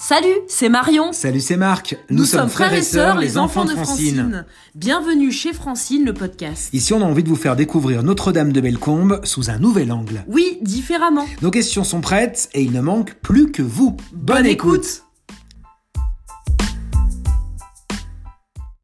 Salut, c'est Marion. Salut, c'est Marc. Nous, sommes, frères et sœurs, les enfants de Francine. Bienvenue chez Francine, le podcast. Ici, on a envie de vous faire découvrir Notre-Dame de Bellecombe sous un nouvel angle. Oui, différemment. Nos questions sont prêtes et il ne manque plus que vous. Bonne écoute.